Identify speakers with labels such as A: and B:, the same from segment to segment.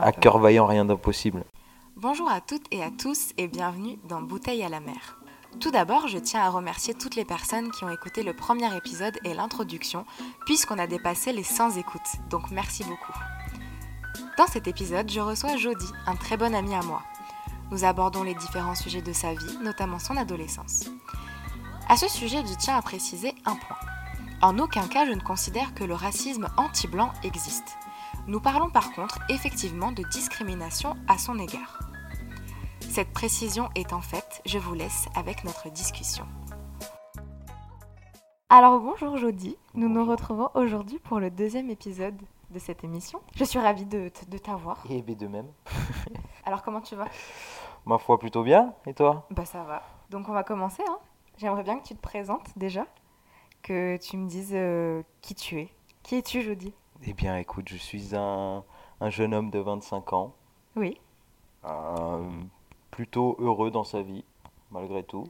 A: À cœur vaillant, rien d'impossible.
B: Bonjour à toutes et à tous et bienvenue dans Bouteille à la mer. Tout d'abord, je tiens à remercier toutes les personnes qui ont écouté le premier épisode et l'introduction, puisqu'on a dépassé les 100 écoutes, donc merci beaucoup. Dans cet épisode, je reçois Jody, un très bon ami à moi. Nous abordons les différents sujets de sa vie, notamment son adolescence. À ce sujet, je tiens à préciser un point. En aucun cas, je ne considère que le racisme anti-blanc existe. Nous parlons par contre effectivement de discrimination à son égard. Cette précision étant faite, je vous laisse avec notre discussion. Alors bonjour Jody, nous nous retrouvons aujourd'hui pour le deuxième épisode de cette émission. Je suis ravie de, de t'avoir.
A: Et B de même.
B: Alors comment tu vas
A: Ma foi, plutôt bien. Et toi
B: Bah ça va. Donc on va commencer. Hein. J'aimerais bien que tu te présentes déjà, que tu me dises euh, qui tu es. Qui es-tu Jody
A: Eh bien, écoute, je suis un, un jeune homme de 25 ans,
B: Oui.
A: euh, plutôt heureux dans sa vie, malgré tout.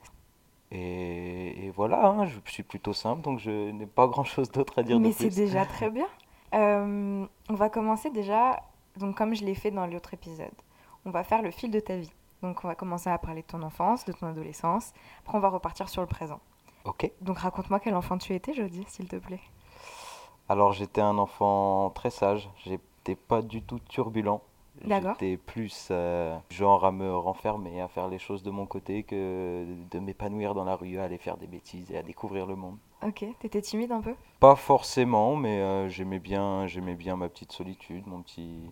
A: Et, et voilà, hein, je suis plutôt simple, donc je n'ai pas grand-chose d'autre à dire
B: Mais
A: de
B: c'est
A: plus.
B: déjà très bien. Euh, on va commencer déjà, donc comme je l'ai fait dans l'autre épisode, on va faire le fil de ta vie. Donc on va commencer à parler de ton enfance, de ton adolescence. Après on va repartir sur le présent.
A: Ok.
B: Donc raconte-moi quel enfant tu étais, Jody, s'il te plaît.
A: Alors j'étais un enfant très sage, j'étais pas du tout turbulent.
B: D'accord.
A: J'étais plus euh, genre à me renfermer, à faire les choses de mon côté que de m'épanouir dans la rue, à aller faire des bêtises et à découvrir le monde.
B: Ok, t'étais timide un peu
A: Pas forcément, mais euh, j'aimais bien, j'aimais bien ma petite solitude, mon petit,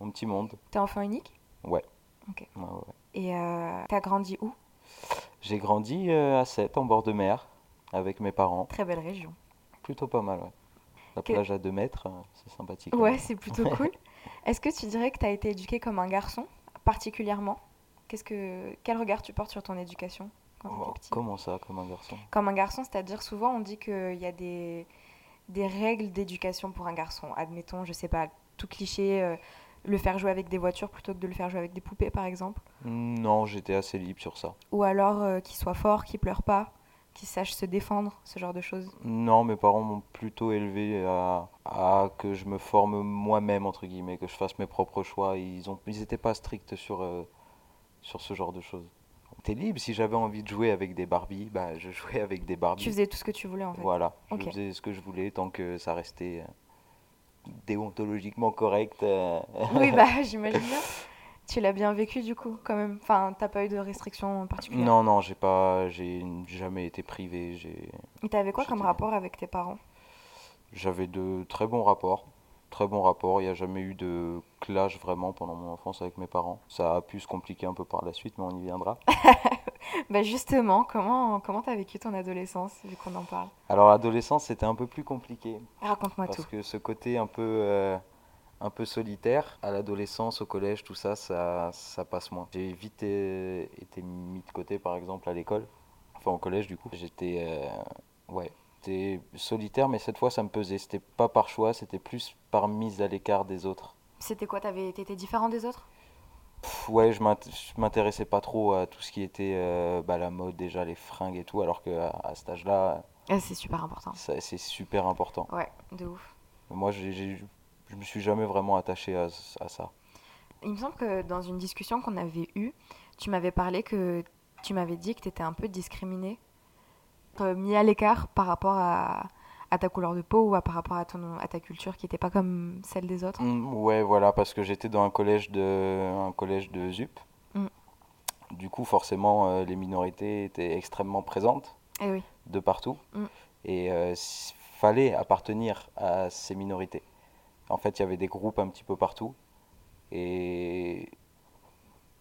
A: mon petit monde.
B: T'es enfant unique
A: Ouais, ouais, ouais.
B: Et euh, t'as grandi où
A: J'ai grandi euh, à Sète, en bord de mer, avec mes parents.
B: Très belle région.
A: Plutôt pas mal, ouais. La
B: Que-
A: plage à 2 mètres, euh, c'est sympathique.
B: Ouais, c'est plutôt cool. Est-ce que tu dirais que t'as été éduqué comme un garçon, particulièrement Qu'est-ce que Quel regard tu portes sur ton éducation quand
A: Oh,
B: t'étais petit
A: comment ça, comme un garçon
B: comme un garçon, c'est-à-dire souvent on dit qu'il y a des, des règles d'éducation pour un garçon. Admettons, je sais pas, tout cliché, euh, le faire jouer avec des voitures plutôt que de le faire jouer avec des poupées par exemple.
A: Non, j'étais assez libre sur ça.
B: Ou alors euh, qu'il soit fort, qu'il pleure pas, qu'il sache se défendre, ce genre de choses.
A: Non, mes parents m'ont plutôt élevé à, à que je me forme moi-même, entre guillemets, que je fasse mes propres choix. Ils ont, ils n'étaient pas stricts sur, euh, sur ce genre de choses. T'es libre, si j'avais envie de jouer avec des Barbies, bah, je jouais avec des Barbies.
B: Tu faisais tout ce que tu voulais en fait.
A: Voilà, je
B: Ok.
A: faisais ce que je voulais tant que ça restait euh, déontologiquement correct. euh.
B: Oui, bah j'imagine bien. Tu l'as bien vécu du coup, quand même. Enfin, t'as pas eu de restrictions particulières.
A: Non, non, j'ai pas, j'ai jamais été privé. j'ai-
B: Et t'avais quoi comme
A: J'étais-
B: rapport avec tes parents
A: J'avais de très bons rapports. Très bons rapports. Il n'y a jamais eu de clash vraiment pendant mon enfance avec mes parents. Ça a pu se compliquer un peu par la suite, mais on y viendra.
B: Bah justement, comment comment t'as vécu ton adolescence, vu qu'on en parle
A: Alors l'adolescence, c'était un peu plus compliqué.
B: Raconte-moi
A: Parce
B: tout.
A: que ce côté un peu, euh, un peu solitaire, à l'adolescence, au collège, tout ça, ça, ça passe moins. J'ai vite euh, été mis de côté, par exemple, à l'école. Enfin, au collège, du coup. J'étais, euh, ouais, j'étais solitaire, mais cette fois, ça me pesait. C'était pas par choix, c'était plus par mise à l'écart des autres.
B: C'était quoi T'avais t'étais différent des autres
A: Pff, Ouais, je m'int- je m'intéressais pas trop à tout ce qui était euh, bah, la mode, déjà les fringues et tout, alors que à, à cet âge-là,
B: Ah, C'est super important.
A: ça- c'est super important.
B: Ouais, de ouf.
A: Moi, j'ai- j'ai- je me suis jamais vraiment attaché à, s- à ça.
B: Il me semble que dans une discussion qu'on avait eue, tu m'avais parlé que tu m'avais dit que tu étais un peu discriminée, euh, mis à l'écart par rapport à, à ta couleur de peau ou à, par rapport à, ton, à ta culture qui n'était pas comme celle des autres.
A: Mm, Ouais, voilà, parce que j'étais dans un collège de, un collège de ZUP.
B: Mm.
A: Du coup, forcément, euh, les minorités étaient extrêmement présentes
B: Eh oui.
A: de partout.
B: Mm.
A: Et il fallait appartenir à ces minorités. En fait, il y avait des groupes un petit peu partout. Et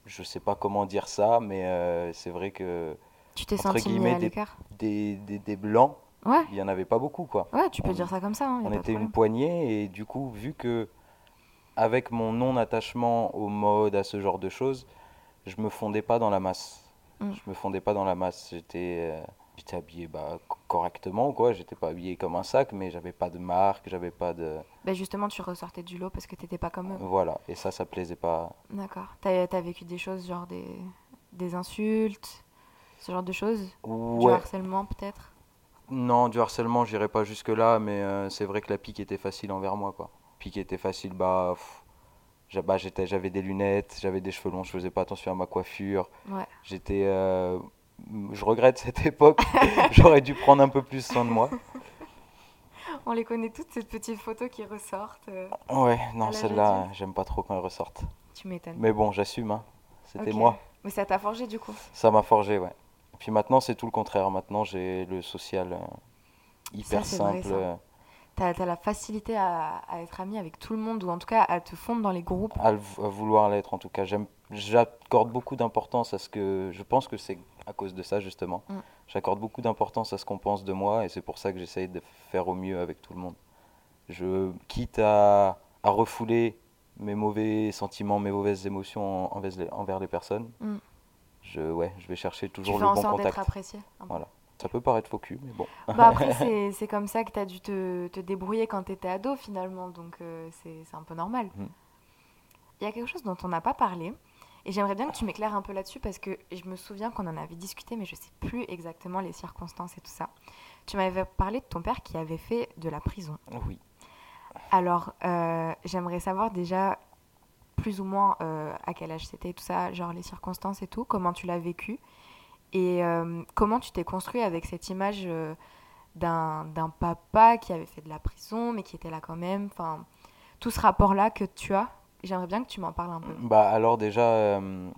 A: je sais pas comment dire ça, mais euh, c'est vrai que
B: Tu t'es
A: Entre
B: sentie mis
A: guillemets,
B: à
A: des-
B: l'écart
A: des, des, des blancs,
B: Ouais,
A: il y en avait pas beaucoup, quoi.
B: ouais, tu peux
A: On-
B: dire ça comme ça. hein, y a pas
A: On
B: de
A: était une
B: problème.
A: poignée et du coup, vu que avec mon non-attachement aux modes, à ce genre de choses, je me fondais pas dans la masse.
B: Mm.
A: Je me fondais pas dans la masse. J'étais euh, j'étais habillé bah, co- correctement, quoi. J'étais pas habillé comme un sac, mais j'avais pas de marque, j'avais pas de...
B: Bah, justement, tu ressortais du lot parce que tu n'étais pas comme eux.
A: Voilà, et ça, ça plaisait pas.
B: D'accord. Tu as, vécu des choses, genre des, des insultes, ce genre de choses Du
A: Ouais,
B: harcèlement, peut-être
A: non, du harcèlement, j'irai pas jusque-là, mais euh, c'est vrai que la pique était facile envers moi, quoi. Pique était facile, bah... pff, J'a- bah, j'étais- j'avais des lunettes, j'avais des cheveux longs, je faisais pas attention à ma coiffure.
B: Ouais.
A: J'étais, euh, m- je regrette cette époque. J'aurais dû prendre un peu plus soin de moi.
B: On les connaît toutes, ces petites photos qui ressortent. euh,
A: Ouais, non,
B: l'âge
A: celle-là,
B: adulte.
A: j'aime pas trop quand elles ressortent.
B: tu m'étonnes.
A: Mais bon, j'assume. hein. C'était
B: Ok.
A: moi.
B: Mais ça t'a forgé du coup.
A: Ça m'a forgé, ouais. Puis maintenant, c'est tout le contraire. Maintenant, j'ai le social euh, hyper
B: c'est vrai,
A: simple.
B: ça.
A: euh,
B: T'as as la facilité à, à être ami avec tout le monde ou en tout cas à te fondre dans les groupes.
A: à, le vou- à vouloir l'être en tout cas. J'aime- J'accorde beaucoup d'importance à ce que. Je pense que c'est à cause de ça justement.
B: Mm.
A: J'accorde beaucoup d'importance à ce qu'on pense de moi et c'est pour ça que j'essaye de faire au mieux avec tout le monde. Je quitte à, à refouler mes mauvais sentiments, mes mauvaises émotions en- envers les, envers les personnes.
B: Mm.
A: Je, ouais, je vais chercher
B: Tu
A: toujours
B: fais
A: le
B: en
A: bon
B: sorte d'être
A: contact.
B: apprécié. un peu.
A: Voilà. Ça peut paraître faux cul, mais bon.
B: Bah après, c'est- c'est comme ça que t'as dû te, te débrouiller quand t'étais ado finalement, donc euh, c'est c'est un peu normal.
A: Mhm.
B: Il y a quelque chose dont on n'a pas parlé, et j'aimerais bien que tu m'éclaires un peu là-dessus parce que je me souviens qu'on en avait discuté, mais je sais plus exactement les circonstances et tout ça. Tu m'avais parlé de ton père qui avait fait de la prison.
A: Oui.
B: Alors, euh, j'aimerais savoir déjà plus ou moins euh, à quel âge c'était, tout ça, genre les circonstances et tout, comment tu l'as vécu et euh, comment tu t'es construit avec cette image euh, d'un d'un papa qui avait fait de la prison mais qui était là quand même. Enfin, tout ce rapport-là que tu as, j'aimerais bien que tu m'en parles un peu.
A: Bah alors déjà, euh,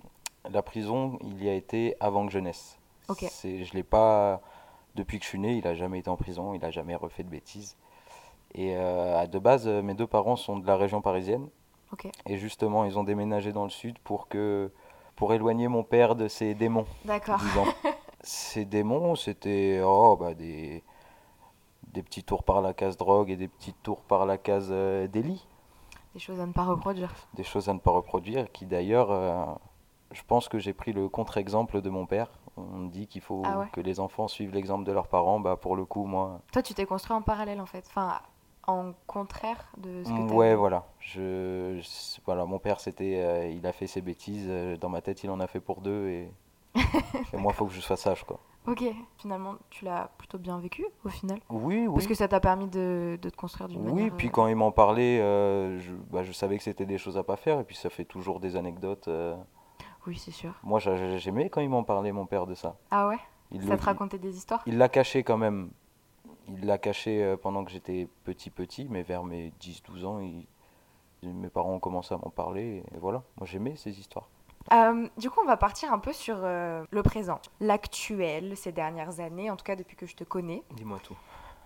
A: la prison, il y a été avant que je naisse.
B: Ok.
A: C'est, je l'ai pas. Depuis que je suis né, il a jamais été en prison, il a jamais refait de bêtises. Et euh, à de base, euh, mes deux parents sont de la région parisienne.
B: Ok.
A: Et justement, ils ont déménagé dans le sud pour que, pour éloigner mon père de ses démons.
B: D'accord.
A: disons. Ces démons, c'était oh, bah, des, des petits tours par la case drogue et des petits tours par la case euh, délit
B: Des choses à ne pas reproduire.
A: des choses à ne pas reproduire, qui d'ailleurs, euh, je pense que j'ai pris le contre-exemple de mon père. On dit qu'il faut
B: Ah ouais
A: que les enfants suivent l'exemple de leurs parents. Bah, pour le coup, moi,
B: Toi, tu t'es construit en parallèle en fait. Enfin, en contraire de ce que
A: Mm,
B: t'as
A: ouais,
B: vu.
A: voilà. Je, je- voilà, mon père, c'était, euh, il a fait ses bêtises. euh, Dans ma tête, il en a fait pour deux, et, et moi, faut que je sois sage, quoi.
B: Ok. Finalement, tu l'as plutôt bien vécu au final.
A: Oui, oui.
B: Parce que ça t'a permis de, de te construire d'une
A: Oui,
B: manière.
A: puis
B: euh,
A: quand il m'en parlait, euh, je, bah, je savais que c'était des choses à pas faire, et puis ça fait toujours des anecdotes. euh.
B: Oui, c'est sûr.
A: Moi, j'a- j'aimais quand il m'en parlait, mon père, de ça.
B: Ah ouais
A: Il
B: Ça
A: le
B: te
A: dit-
B: racontait des histoires
A: Il l'a caché quand même. Il l'a caché euh, pendant que j'étais petit petit, mais vers mes 10-12 ans, il- mes parents ont commencé à m'en parler. Et voilà, moi j'aimais ces histoires.
B: Euh, Du coup, on va partir un peu sur euh, le présent, l'actuel, ces dernières années, en tout cas depuis que je te connais.
A: Dis-moi tout.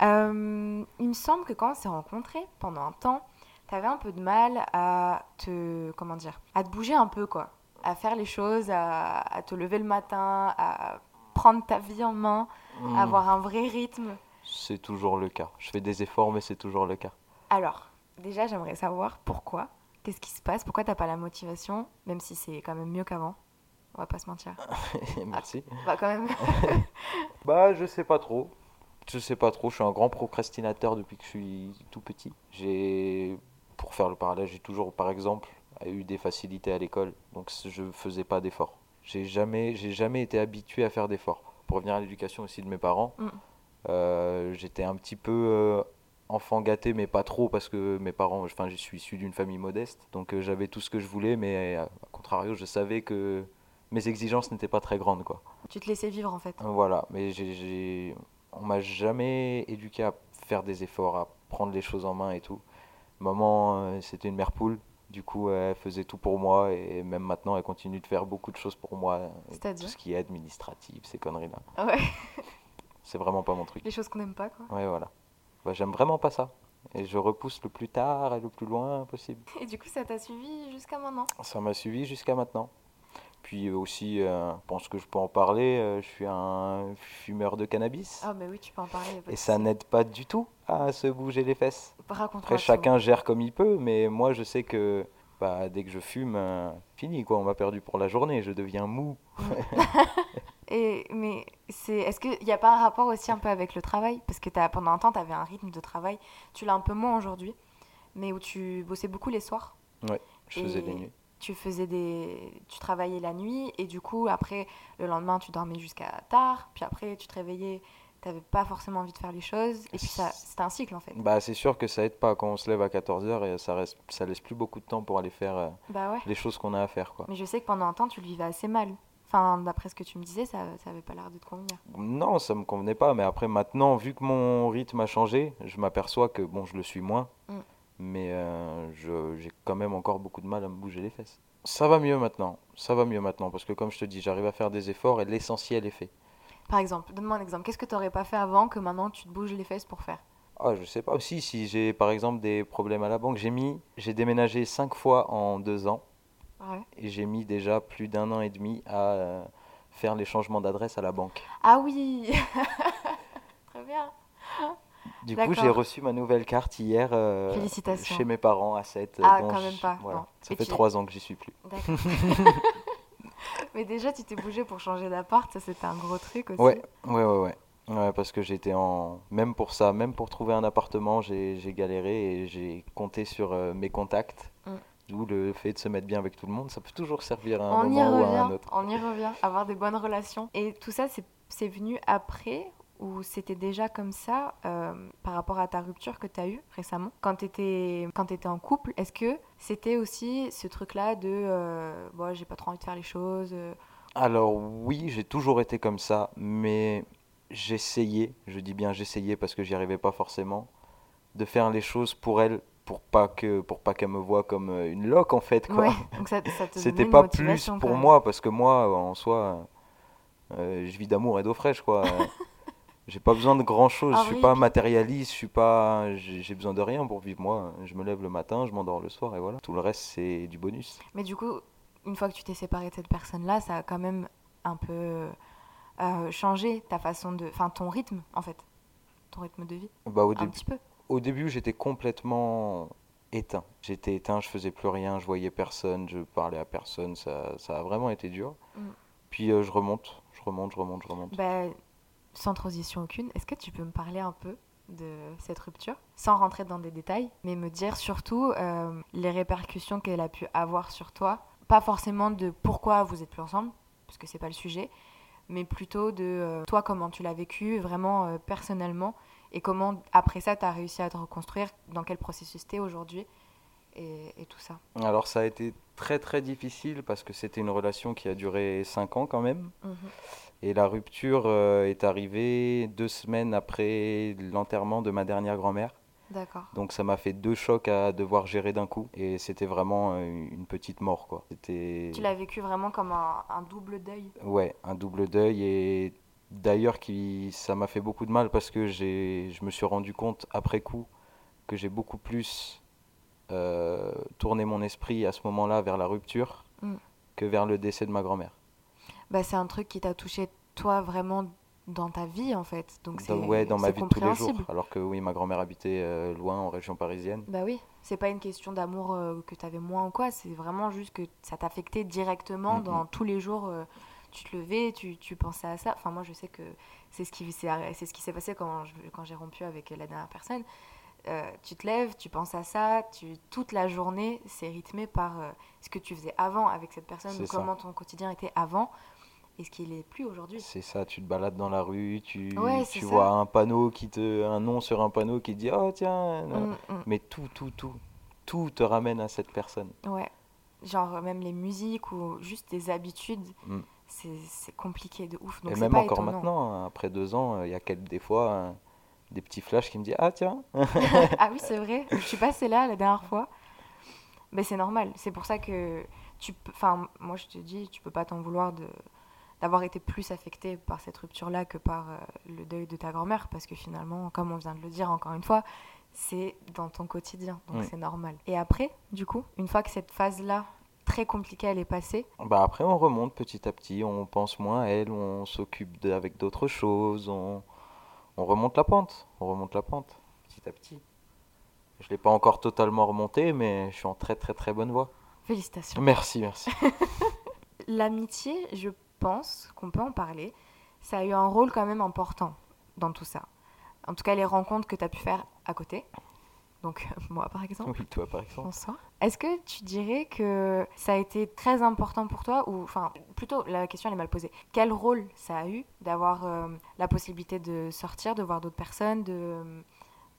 B: Euh, il me semble que quand on s'est rencontrés pendant un temps, t'avais un peu de mal à te. Comment dire À te bouger un peu, quoi. À faire les choses, à, à te lever le matin, à prendre ta vie en main,
A: Mm.
B: à avoir un vrai rythme.
A: C'est toujours le cas. Je fais des efforts, mais c'est toujours le cas.
B: Alors, déjà, j'aimerais savoir pourquoi. Qu'est-ce qui se passe Pourquoi t'as pas la motivation Même si c'est quand même mieux qu'avant. On va pas se mentir.
A: Merci.
B: Bah, quand même.
A: Bah, je sais pas trop. Je sais pas trop. Je suis un grand procrastinateur depuis que je suis tout petit. J'ai, pour faire le parallèle, j'ai toujours, par exemple, eu des facilités à l'école. Donc, c- je faisais pas d'efforts. J'ai jamais, j'ai jamais été habitué à faire d'efforts. Pour revenir à l'éducation aussi de mes parents,
B: Mm.
A: euh, j'étais un petit peu euh, enfant gâté, mais pas trop parce que mes parents, enfin, je suis issu d'une famille modeste. Donc, euh, j'avais tout ce que je voulais, mais euh, à contrario, je savais que mes exigences n'étaient pas très grandes, quoi.
B: Tu te laissais vivre en fait.
A: Voilà, mais j'ai, j'ai- on m'a jamais éduqué à faire des efforts, à prendre les choses en main et tout. Maman, euh, c'était une mère poule, du coup, elle faisait tout pour moi et même maintenant, elle continue de faire beaucoup de choses pour moi. Et
B: C'est-à-dire
A: Tout ce qui est administratif, ces conneries-là.
B: Ouais.
A: C'est vraiment pas mon truc.
B: Les choses qu'on n'aime pas quoi.
A: Ouais, voilà. Bah, j'aime vraiment pas ça. Et je repousse le plus tard et le plus loin possible.
B: Et du coup, ça t'a suivi jusqu'à maintenant.
A: Ça m'a suivi jusqu'à maintenant. Puis euh, aussi, euh, je pense que je peux en parler, euh, je suis un fumeur de cannabis.
B: Ah, mais oui, tu peux en parler. y a pas de
A: Et ça
B: souci.
A: n'aide pas du tout à se bouger les fesses.
B: Raconte-moi.
A: Après, chacun gère comme il peut, mais moi, je sais que bah, dès que je fume, euh, fini, quoi. On m'a perdu pour la journée, je deviens mou.
B: tout. Et mais c'est, est-ce qu'il n'y a pas un rapport aussi un peu avec le travail Parce que t'as, pendant un temps, t'avais un rythme de travail. Tu l'as un peu moins aujourd'hui, mais où tu bossais beaucoup les soirs.
A: Je faisais des
B: Et-
A: nuits.
B: Tu faisais des, tu travaillais la nuit et du coup après le lendemain tu dormais jusqu'à tard. Puis après tu te réveillais t'avais pas forcément envie de faire les choses, et puis ça, c'était un cycle en fait.
A: Bah, c'est sûr que ça aide pas quand on se lève à 14h et ça, reste, ça laisse plus beaucoup de temps pour aller faire euh,
B: Bah ouais.
A: les choses qu'on a à faire. Quoi.
B: Mais je sais que pendant un temps, tu le vivais assez mal. Enfin, d'après ce que tu me disais, ça, ça avait pas l'air de te convenir.
A: Non, ça me convenait pas, mais après maintenant, vu que mon rythme a changé, je m'aperçois que bon, je le suis moins,
B: Mm.
A: mais euh, je- j'ai quand même encore beaucoup de mal à me bouger les fesses. Ça va mieux maintenant, ça va mieux maintenant, parce que comme je te dis, j'arrive à faire des efforts et l'essentiel est fait.
B: Par exemple, donne-moi un exemple. Qu'est-ce que t'aurais pas fait avant que maintenant tu te bouges les fesses pour faire
A: Ah, je sais pas. Si, si j'ai par exemple des problèmes à la banque, j'ai mis, j'ai déménagé cinq fois en deux ans
B: Ah ouais.
A: et j'ai mis déjà plus d'un an et demi à euh, faire les changements d'adresse à la banque.
B: Ah oui Très bien.
A: Du coup, j'ai
B: D'accord.
A: reçu ma nouvelle carte hier euh,
B: Félicitations.
A: chez mes parents à 7.
B: Ah, quand même pas, non.
A: Ça
B: Et
A: fait
B: tu-
A: trois ans que j'y suis plus.
B: D'accord. Mais déjà, tu t'es bougé pour changer d'appart, ça c'était un gros truc aussi.
A: Ouais, ouais, ouais, ouais. Ouais, parce que j'étais en. Même pour ça, même pour trouver un appartement, j'ai j'ai galéré et j'ai compté sur euh, mes contacts.
B: Mm.
A: D'où le fait de se mettre bien avec tout le monde, ça peut toujours servir à un
B: On y
A: moment ou à un
B: revient,
A: autre.
B: on y revient, avoir des bonnes relations. Et tout ça, c'est- c'est venu après ou c'était déjà comme ça euh, par rapport à ta rupture que tu as eue récemment Quand tu étais, en couple, est-ce que c'était aussi ce truc-là de euh, Bon, j'ai pas trop envie de faire les choses euh,
A: Alors oui, j'ai toujours été comme ça, mais j'essayais, je dis bien j'essayais parce que j'y arrivais pas forcément, de faire les choses pour elle, pour pas que, pour pas qu'elle me voie comme euh, une loque en fait quoi.
B: Ouais, donc ça, ça te donnait
A: C'était
B: une
A: pas plus
B: motivation, quand
A: pour
B: même.
A: moi parce que moi en soi, euh, je vis d'amour et d'eau fraîche quoi. Euh, J'ai pas besoin de grand chose, je suis
B: Henri,
A: pas matérialiste, je suis pas, j'ai j'ai besoin de rien pour vivre moi. Je me lève le matin, je m'endors le soir et voilà. Tout le reste c'est du bonus.
B: Mais du coup, une fois que tu t'es séparé de cette personne-là, ça a quand même un peu euh, changé ta façon de. Enfin, ton rythme, en fait. Ton rythme de vie,
A: Bah au
B: un
A: début.
B: petit peu.
A: Au début, j'étais complètement éteint. J'étais éteint, je faisais plus rien, je voyais personne, je parlais à personne. Ça, ça a vraiment été dur.
B: Mm.
A: Puis euh, je remonte, je remonte, je remonte, je remonte.
B: Ben, sans transition aucune, est-ce que tu peux me parler un peu de cette rupture, sans rentrer dans des détails, mais me dire surtout euh, les répercussions qu'elle a pu avoir sur toi. Pas forcément de pourquoi vous êtes plus ensemble, parce que c'est pas le sujet, mais plutôt de euh, toi comment tu l'as vécu vraiment euh, personnellement et comment après ça tu as réussi à te reconstruire, dans quel processus t'es aujourd'hui et, et tout ça.
A: Alors ça a été très très difficile parce que c'était une relation qui a duré 5 ans quand même. Et la rupture euh, est arrivée deux semaines après l'enterrement de ma dernière grand-mère.
B: D'accord.
A: Donc ça m'a fait deux chocs à devoir gérer d'un coup. Et c'était vraiment euh, une petite mort quoi. C'était...
B: Tu l'as vécu vraiment comme un, un double deuil.
A: Ouais, un double deuil et d'ailleurs qui ça m'a fait beaucoup de mal parce que j'ai je me suis rendu compte après coup que j'ai beaucoup plus euh, tourné mon esprit à ce moment-là vers la rupture
B: Mm.
A: que vers le décès de ma grand-mère.
B: Bah, c'est un truc qui t'a touché toi vraiment dans ta vie en fait. Donc c'est
A: Dans, ouais, dans ma
B: c'est
A: vie de tous les jours.
B: compréhensible.
A: Alors que oui, ma grand-mère habitait euh, loin en région parisienne.
B: Bah oui, c'est pas une question d'amour euh, que t'avais moins ou quoi, c'est vraiment juste que ça t'affectait directement
A: Mm,
B: dans tous les jours. euh, tu te levais, tu, tu pensais à ça. Enfin moi je sais que c'est ce qui s'est arrêt- c'est ce qui s'est passé quand je- quand j'ai rompu avec la dernière personne. Euh, tu te lèves, tu penses à ça, tu toute la journée c'est rythmé par euh, ce que tu faisais avant avec cette personne,
A: C'est ça.
B: comment ton quotidien était avant et ce qu'il est plus aujourd'hui.
A: C'est ça, tu te balades dans la rue, tu,
B: Ouais, c'est
A: tu
B: ça.
A: vois un panneau qui te un nom sur un panneau qui dit "Oh tiens."
B: Mm, mm.
A: Mais tout tout tout tout te ramène à cette personne.
B: Ouais, genre euh, même les musiques ou juste des habitudes,
A: Mm.
B: c'est c'est compliqué de ouf. Donc
A: Et
B: c'est
A: même
B: pas
A: encore
B: étonnant.
A: maintenant, hein, après deux ans, il y a quelques, des fois euh, des petits flashs qui me disent Ah tiens
B: ah oui, c'est vrai, je suis passée là la dernière fois. Mais c'est normal, c'est pour ça que tu peux. Enfin, moi je te dis, tu peux pas t'en vouloir de d'avoir été plus affecté par cette rupture-là que par euh, le deuil de ta grand-mère, parce que finalement, comme on vient de le dire encore une fois, c'est dans ton quotidien, donc
A: Oui.
B: c'est normal. Et après, du coup, une fois que cette phase-là très compliquée elle est passée,
A: Bah après, on remonte petit à petit, on pense moins à elle, on s'occupe de- avec d'autres choses, on, on remonte la pente, on remonte la pente, petit à petit. Je l'ai pas encore totalement remonté, mais je suis en très très très bonne voie.
B: félicitations.
A: Merci, merci.
B: L'amitié, je pense qu'on peut en parler. Ça a eu un rôle quand même important dans tout ça. En tout cas, les rencontres que tu as pu faire à côté. donc moi par exemple.
A: Oui, toi par exemple.
B: Bonsoir. Est-ce que tu dirais que ça a été très important pour toi, ou enfin, plutôt la question elle est mal posée. Quel rôle ça a eu d'avoir euh, la possibilité de sortir, de voir d'autres personnes, de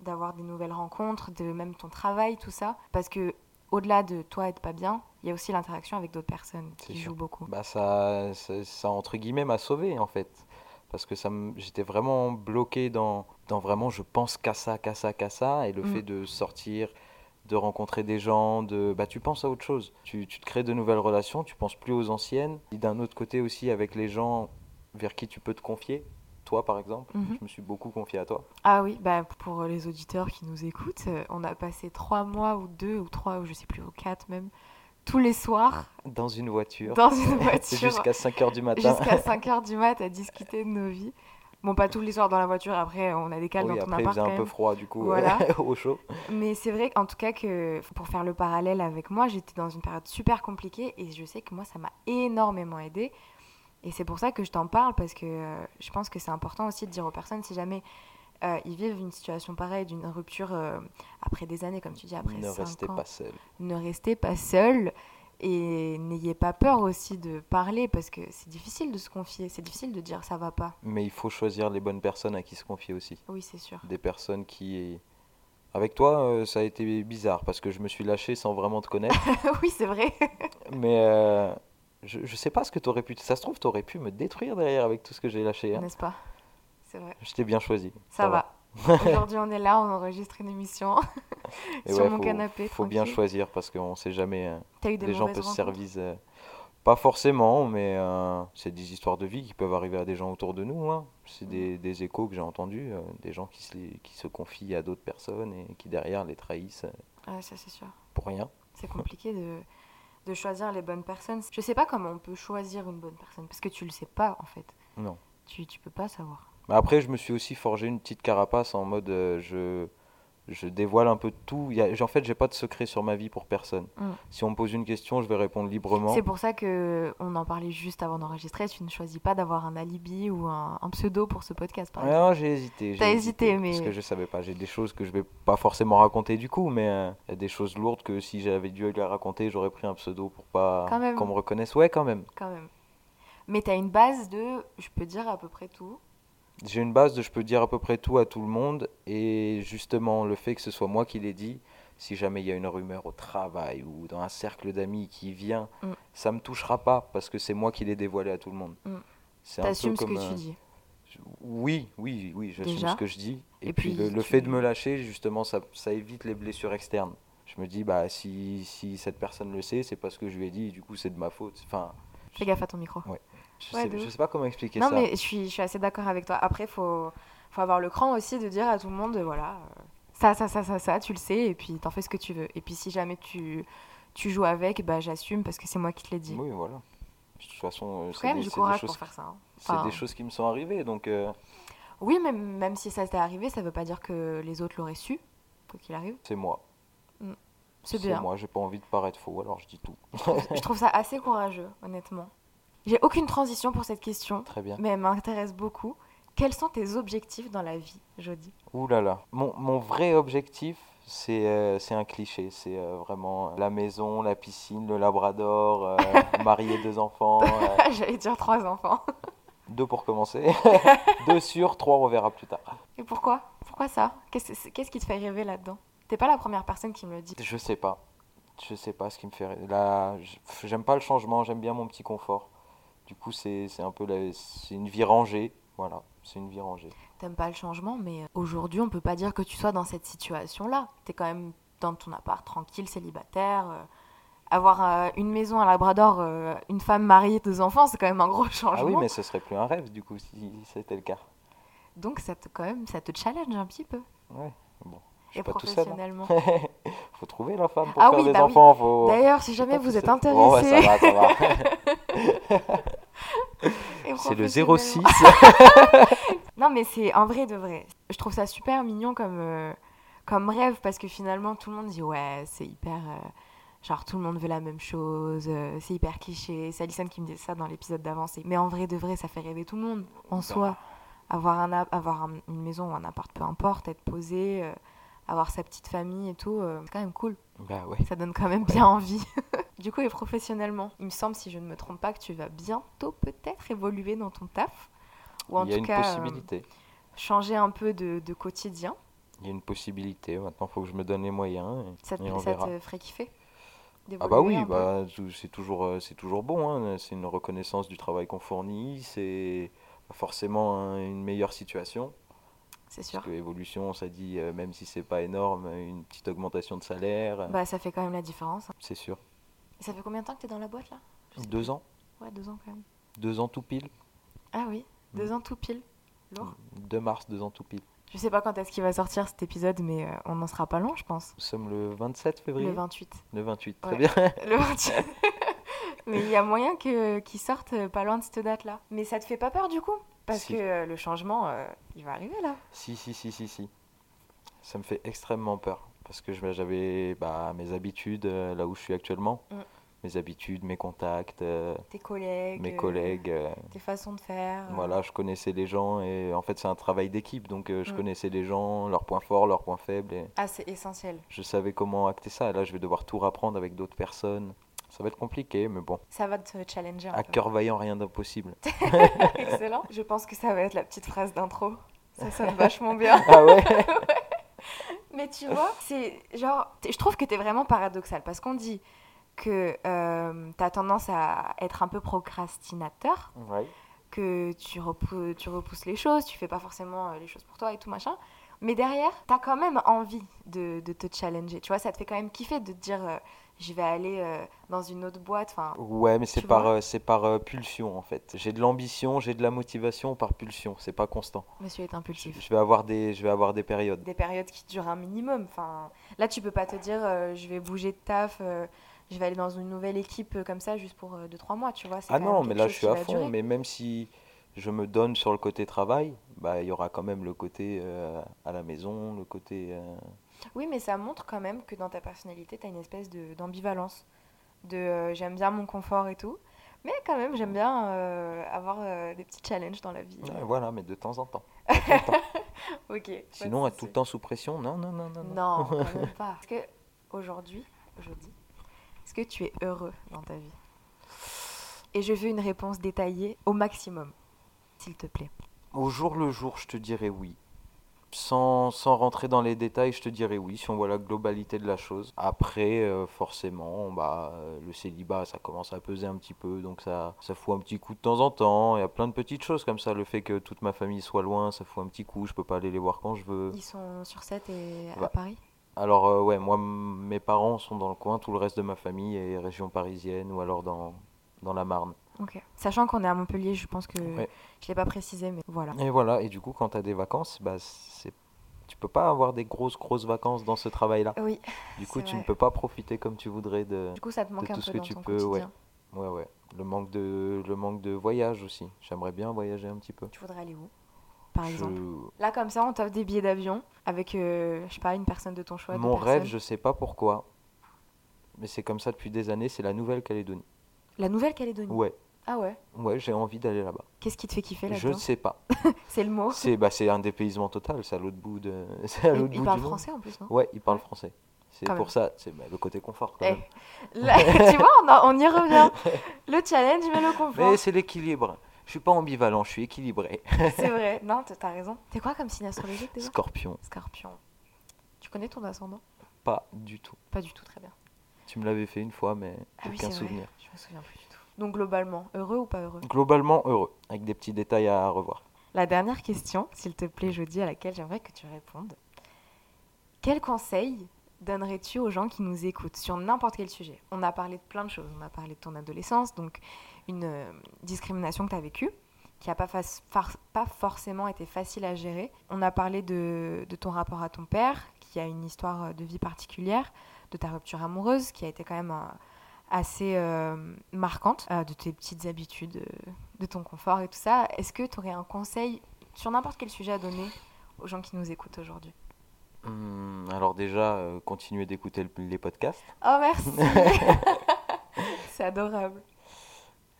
B: d'avoir des nouvelles rencontres, de même ton travail, tout ça Parce que au-delà de toi être pas bien, il y a aussi l'interaction avec d'autres personnes
A: C'est
B: qui
A: sûr.
B: joue beaucoup.
A: Bah ça, ça, ça, entre guillemets m'a sauvé en fait, parce que ça, me- j'étais vraiment bloqué dans, dans vraiment je pense qu'à ça, qu'à ça, qu'à ça, et le
B: Mm.
A: fait de sortir, de rencontrer des gens, de bah tu penses à autre chose, tu, tu te crées de nouvelles relations, tu penses plus aux anciennes, et d'un autre côté aussi avec les gens vers qui tu peux te confier, toi par exemple,
B: Mhm.
A: je me suis beaucoup confié à toi.
B: Ah oui, bah pour les auditeurs qui nous écoutent, euh, on a passé trois mois ou deux ou trois ou je sais plus ou quatre même tous les soirs
A: Dans une voiture.
B: dans une
A: Ah, C'est
B: voiture
A: jusqu'à 5h du matin.
B: jusqu'à 5 h du mat à discuter de nos vies. Bon, pas tous les soirs dans la voiture. Après, on a des cales
A: Oui,
B: dans ton
A: après il
B: appart
A: faisait
B: quand
A: un peu
B: même.
A: froid du coup,
B: Voilà.
A: au chaud.
B: Mais c'est vrai, en tout cas, que pour faire le parallèle avec moi, j'étais dans une période super compliquée et je sais que moi, ça m'a énormément aidée. Et c'est pour ça que je t'en parle parce que euh, je pense que c'est important aussi de dire aux personnes si jamais euh, ils vivent une situation pareille, d'une rupture euh, après des années, comme tu dis, après
A: ne
B: 5
A: restez
B: ans,
A: pas seul.
B: ne restez pas seul et n'ayez pas peur aussi de parler parce que c'est difficile de se confier, c'est difficile de dire ça va pas.
A: Mais il faut choisir les bonnes personnes à qui se confier aussi.
B: Oui, c'est sûr.
A: Des personnes qui... Avec toi, euh, ça a été bizarre parce que je me suis lâché sans vraiment te connaître.
B: oui, c'est vrai.
A: mais euh, je, je sais pas ce que t'aurais pu... Ça se trouve, t'aurais pu me détruire derrière avec tout ce que j'ai lâché. hein.
B: N'est-ce pas C'est vrai.
A: Je t'ai bien choisi.
B: Ça, va. Aujourd'hui, on est là, on enregistre une émission
A: Et
B: sur
A: ouais,
B: mon
A: faut-
B: canapé.
A: Faut bien
B: tranquille.
A: choisir parce qu'on sait jamais... euh,
B: T'as eu des
A: les gens
B: mauvaises
A: peuvent se
B: rencontres
A: servir... euh, Pas forcément, mais euh, c'est des histoires de vie qui peuvent arriver à des gens autour de nous. hein. C'est des,
B: Mm.
A: des échos que j'ai entendus, euh, des gens qui se, les- qui se confient à d'autres personnes et qui derrière les trahissent euh,
B: Ouais, ça, c'est sûr.
A: pour rien.
B: C'est compliqué de, de choisir les bonnes personnes. Je sais pas comment on peut choisir une bonne personne parce que tu le sais pas en fait.
A: Non.
B: Tu, tu peux pas savoir.
A: Mais après, je me suis aussi forgé une petite carapace en mode euh, je, je dévoile un peu tout. Il y a- j'- en fait, j'ai pas de secret sur ma vie pour personne.
B: Mm.
A: Si on me pose une question, je vais répondre librement.
B: C'est pour ça que on en parlait juste avant d'enregistrer. Tu ne choisis pas d'avoir un alibi ou un, un pseudo pour ce podcast par
A: Ouais,
B: exemple.
A: non, j'ai hésité. j'ai
B: T'as hésité,
A: Parce
B: mais-
A: que je savais pas. J'ai des choses que je vais pas forcément raconter du coup, mais euh, y a des choses lourdes que si j'avais dû les raconter, j'aurais pris un pseudo pour pas
B: Quand même.
A: qu'on me reconnaisse. Ouais, quand même.
B: Quand même. Mais t'as une base de, je peux dire à peu près tout.
A: J'ai une base de je peux dire à peu près tout à tout le monde, et justement, le fait que ce soit moi qui l'ai dit, si jamais il y a une rumeur au travail ou dans un cercle d'amis qui vient,
B: Mm.
A: ça me touchera pas parce que c'est moi qui l'ai dévoilé à tout le monde.
B: Mm.
A: C'est un peu
B: T'assumes ce
A: comme.
B: que
A: euh,
B: tu dis.
A: Je- Oui, oui, oui, j'assume
B: Déjà.
A: ce que je dis. Et,
B: Et
A: puis,
B: puis,
A: le, le
B: tu-
A: fait de me lâcher, justement, ça, ça évite les blessures externes. Je me dis, bah, si, si cette personne le sait, c'est parce que je lui ai dit, du coup, c'est de ma faute. Enfin,
B: Fais gaffe à ton micro.
A: je,
B: Ouais, de
A: sais, je
B: ouf.
A: sais pas comment expliquer
B: Non,
A: ça.
B: mais je suis, je suis assez d'accord avec toi. Après, faut, faut avoir le cran aussi de dire à tout le monde, voilà, euh, ça, ça, ça, ça, ça, tu le sais, et puis t'en fais ce que tu veux. Et puis si jamais tu, tu joues avec, bah j'assume parce que c'est moi qui te l'ai dit.
A: Oui, voilà. De toute façon, euh,
B: Faut
A: c'est
B: quand même
A: des,
B: du
A: c'est des
B: courage
A: choses,
B: pour faire ça. hein.
A: c'est des
B: Enfin,
A: choses qui me sont arrivées. Donc, euh,
B: Oui, mais même si ça t'est arrivé, ça veut pas dire que les autres l'auraient su. Faut qu'il arrive.
A: c'est moi.
B: C'est bien.
A: moi, j'ai pas envie de paraître faux, alors je dis tout.
B: Je trouve ça assez courageux, honnêtement. J'ai aucune transition pour cette question,
A: Très bien.
B: mais elle m'intéresse beaucoup. Quels sont tes objectifs dans la vie, Jody
A: Ouh là là. Mon, mon vrai objectif, c'est euh, c'est un cliché. C'est euh, vraiment euh, la maison, la piscine, le labrador, euh, marier deux enfants. euh,
B: J'allais dire trois enfants.
A: Deux pour commencer. Deux sur, trois on verra plus tard.
B: Et pourquoi Pourquoi ça Qu'est-ce c'est- qu'est-ce qui te fait rêver là-dedans T'es pas la première personne qui me le dit.
A: Je sais pas. Je sais pas ce qui me fait. ré- Là, je- pff, j'aime pas le changement, j'aime bien mon petit confort. Du coup, c'est c'est un peu la- c'est une vie rangée. Voilà, c'est une vie rangée.
B: T'aimes pas le changement, mais euh, aujourd'hui, on peut pas dire que tu sois dans cette situation-là. T'es quand même dans ton appart, tranquille, célibataire. euh, Avoir euh, une maison à Labrador, euh, une femme mariée, deux enfants, c'est quand même un gros changement.
A: Ah oui, mais ce serait plus un rêve du coup si c'était le cas.
B: Donc ça te, quand même, ça te challenge un petit peu.
A: Ouais, bon. Je suis
B: Et
A: pas tout seul. hein.
B: professionnellement.
A: faut trouver la femme pour
B: Ah
A: faire
B: oui,
A: des
B: bah oui.
A: enfants. Faut...
B: D'ailleurs, si
A: Je suis
B: jamais
A: pas
B: vous
A: tout
B: êtes
A: seul.
B: intéressé.
A: Bon, ouais, ça va, ça va.
B: et
A: C'est le
B: professionnellement-
A: 06.
B: Non, mais c'est en vrai de vrai. Je trouve ça super mignon comme, euh, comme rêve parce que finalement tout le monde dit ouais, c'est hyper. euh, genre tout le monde veut la même chose, euh, c'est hyper cliché. C'est Alison qui me disait ça dans l'épisode d'avant. c'est- Mais en vrai de vrai, ça fait rêver tout le monde en
A: Bah.
B: soi. Avoir, un, app- avoir un- une maison ou un appart, peu importe, être posé, euh, avoir sa petite famille et tout, euh, c'est quand même cool.
A: Bah ouais.
B: Ça donne quand même bien envie. du coup, et professionnellement, il me semble, si je ne me trompe pas, que tu vas bientôt peut-être évoluer dans ton taf. Ou en
A: Il y a
B: tout
A: une
B: cas, euh,
A: possibilité.
B: changer un peu de, de quotidien.
A: Il y a une possibilité. Maintenant, faut que je me donne les moyens. Et,
B: Ça te,
A: et on
B: ça
A: verra.
B: te ferait kiffer
A: Ah bah
B: d'évoluer
A: oui,
B: un peu
A: bah, tou- c'est toujours, euh, c'est toujours bon, hein, c'est une reconnaissance du travail qu'on fournit, c'est forcément un- une meilleure situation.
B: C'est sûr.
A: Parce que évolution, ça dit, euh, même si c'est pas énorme, une petite augmentation de salaire, euh,
B: Bah, ça fait quand même la différence.
A: c'est sûr.
B: Et ça fait combien de temps que t'es dans la boîte là Je sais
A: Deux ans,
B: plus. Ouais, deux ans quand même.
A: deux ans tout pile,
B: Ah oui, deux
A: Mm.
B: ans tout pile. Lourd.
A: 2 mars, deux ans tout pile.
B: Je sais pas quand est-ce qu'il va sortir cet épisode, mais euh, on n'en sera pas long, je pense.
A: Nous sommes le 27
B: Le
A: février,
B: 28.
A: le 28, très
B: Ouais.
A: bien.
B: Le 28. mais il y a moyen que qu'il sorte euh, pas loin de cette date-là. Mais ça te fait pas peur du coup Parce
A: Si.
B: que euh, le changement, euh, il va arriver là.
A: Si, si, si, si, si. Ça me fait extrêmement peur. Parce que je- j'avais bah, mes habitudes euh, là où je suis actuellement.
B: Mm.
A: Mes habitudes, mes contacts, euh,
B: Tes collègues.
A: mes
B: euh,
A: collègues. euh,
B: Tes façons de faire. euh,
A: Voilà, je connaissais les gens et en fait c'est un travail d'équipe. Donc euh, je
B: Mm.
A: connaissais les gens, leurs points forts, leurs points faibles. Et
B: Ah, c'est essentiel.
A: je savais comment acter ça. Et là je vais devoir tout rapprendre avec d'autres personnes. Ça va être compliqué, mais bon.
B: Ah, Ça va te challenger un
A: À
B: peu.
A: cœur vaillant, rien d'impossible.
B: Excellent. Je pense que ça va être la petite phrase d'intro. Ça sonne vachement bien.
A: ah ouais
B: Mais tu vois, c'est genre, t- je trouve que t'es vraiment paradoxal parce qu'on dit que euh, t'as tendance à être un peu procrastinateur,
A: Ouais.
B: que tu, repou- tu repousses les choses, tu fais pas forcément euh, les choses pour toi et tout machin. Mais derrière, t'as quand même envie de, de te challenger. Tu vois, ça te fait quand même kiffer de te dire, euh, je vais aller euh, dans une autre boîte. Enfin,
A: Ouais, mais c'est
B: Tu
A: par,
B: vois
A: euh, c'est par euh, pulsion en fait. J'ai de l'ambition, j'ai de la motivation par pulsion. C'est pas constant.
B: monsieur est
A: Je,
B: impulsif.
A: je vais avoir des, je vais avoir des périodes.
B: des périodes qui durent un minimum. Enfin, là, tu peux pas te dire euh, je vais bouger de taf, euh, je vais aller dans une nouvelle équipe euh, comme ça juste pour 2-3 mois, tu vois. c'est
A: Ah
B: quand même
A: non,
B: quelque
A: mais là
B: chose
A: je suis
B: qui
A: à
B: va
A: fond.
B: durer.
A: Mais même si je me donne sur le côté travail, bah il y aura quand même le côté euh, à la maison, le côté. euh,
B: Oui, mais ça montre quand même que dans ta personnalité, tu as une espèce de- d'ambivalence. De, euh, j'aime bien mon confort et tout, mais quand même, j'aime bien euh, avoir euh, des petits challenges dans la vie.
A: ouais, voilà, mais de temps en temps. Pas tout le temps.
B: Ok. pas de
A: Sinon, être tout
B: souci.
A: le temps sous pression, non, non, non, non. non.
B: Non, quand même pas. Est-ce que aujourd'hui, aujourd'hui, est-ce que tu es heureux dans ta vie Et je veux une réponse détaillée au maximum, s'il te plaît.
A: Au jour le jour, je te dirais oui. Sans, sans rentrer dans les détails, je te dirais oui, si on voit la globalité de la chose. Après, euh, forcément, bah, euh, le célibat, ça commence à peser un petit peu, donc ça, ça fout un petit coup de temps en temps. Il y a plein de petites choses comme ça. Le fait que toute ma famille soit loin, ça fout un petit coup, je peux pas aller les voir quand je veux.
B: Ils sont sur 7 et à
A: Euh. Bah,
B: Paris
A: Alors, euh, ouais, moi, m- mes parents sont dans le coin, tout le reste de ma famille est région parisienne ou alors dans, dans la Marne.
B: Ok. Sachant qu'on est à Montpellier, je pense que
A: Ouais.
B: je l'ai pas précisé, mais voilà.
A: Et voilà, et du coup, quand tu as des vacances, bah, c'est... tu peux pas avoir des grosses, grosses vacances dans ce travail-là.
B: Oui,
A: Du coup,
B: c'est
A: tu ne
B: vrai.
A: peux pas profiter comme tu voudrais de.
B: du coup, ça te manque
A: tout
B: un peu
A: ce que
B: dans
A: tu
B: ton
A: peux, ouais.
B: quotidien.
A: Ouais, ouais. Le manque de, le manque de voyage aussi. J'aimerais bien voyager un petit peu.
B: Tu voudrais aller où, par
A: Je-
B: exemple Là, comme ça, on t'offre des billets d'avion avec, euh, je sais pas, une personne de ton choix. deux
A: Mon rêve,
B: personnes.
A: je sais pas pourquoi, mais c'est comme ça depuis des années, c'est la Nouvelle-Calédonie.
B: La Nouvelle-Calédonie
A: Ouais,
B: Ah ouais
A: ouais, j'ai envie d'aller là-bas.
B: Qu'est-ce qui te fait kiffer
A: Je ne
B: là-dedans
A: sais pas.
B: C'est le mot.
A: C'est bah, c'est un dépaysement total, c'est à l'autre bout de. C'est à
B: Ils
A: l'autre
B: ils
A: bout
B: parlent
A: du monde.
B: français en plus, non
A: Ouais, il parle
B: Ouais.
A: français. C'est
B: Quand
A: pour
B: même.
A: ça, c'est bah, le côté confort. quand
B: Eh,
A: même.
B: là, tu vois, on, en- on y revient. Le challenge, mais le confort.
A: Mais c'est l'équilibre. Je suis pas ambivalent, je suis équilibré.
B: C'est vrai. Non, t- t'as raison. T'es quoi comme signe astrologique déjà
A: Scorpion,
B: Scorpion. Tu connais ton ascendant
A: pas du tout.
B: Pas du tout, très bien.
A: Tu me l'avais fait une fois, mais
B: Ah oui,
A: aucun
B: c'est vrai.
A: souvenir.
B: Je me souviens plus du tout. Donc globalement, heureux ou pas heureux
A: Globalement heureux, avec des petits détails à revoir.
B: La dernière question, s'il te plaît, Jody, à laquelle j'aimerais que tu répondes. Quel conseil donnerais-tu aux gens qui nous écoutent sur n'importe quel sujet On a parlé de plein de choses. On a parlé de ton adolescence, donc une euh, discrimination que tu as vécue, qui n'a pas, fac- far- pas forcément été facile à gérer. On a parlé de, de ton rapport à ton père, qui a une histoire euh, de vie particulière, de ta rupture amoureuse, qui a été quand même euh, assez euh, marquante, euh, de tes petites habitudes euh, de ton confort et tout ça. Est-ce que tu aurais un conseil sur n'importe quel sujet à donner aux gens qui nous écoutent aujourd'hui
A: Hum, alors déjà, euh, continuez d'écouter le- les podcasts.
B: Oh, merci C'est adorable.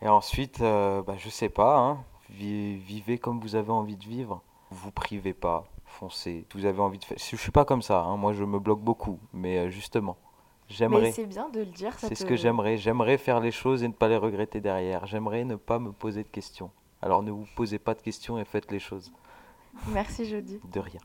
A: Et ensuite, euh, bah, je sais pas, hein, vi- vivez comme vous avez envie de vivre. vous privez pas, foncez. Vous avez envie de faire. Je suis pas comme ça, hein, moi je me bloque beaucoup, mais euh, justement,
B: Mais
A: j'aimerais.
B: c'est bien de le dire. ça
A: C'est ce
B: te-
A: que j'aimerais. J'aimerais faire les choses et ne pas les regretter derrière. J'aimerais ne pas me poser de questions. Alors ne vous posez pas de questions et faites les choses.
B: Merci Jody.
A: De rien.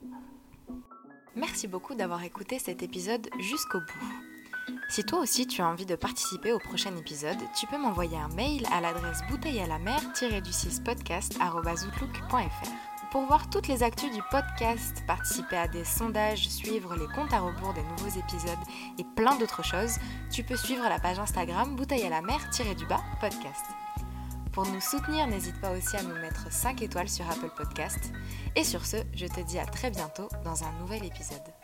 B: Merci beaucoup d'avoir écouté cet épisode jusqu'au bout. Si toi aussi tu as envie de participer au prochain épisode, tu peux m'envoyer un mail à l'adresse bouteille à la mer du 6 podcast@outlook.fr. Pour voir toutes les actus du podcast, participer à des sondages, suivre les comptes à rebours des nouveaux épisodes et plein d'autres choses, tu peux suivre la page Instagram bouteille à la mer du bas podcast. Pour nous soutenir, n'hésite pas aussi à nous mettre 5 étoiles sur Apple Podcast. Et sur ce, je te dis à très bientôt dans un nouvel épisode.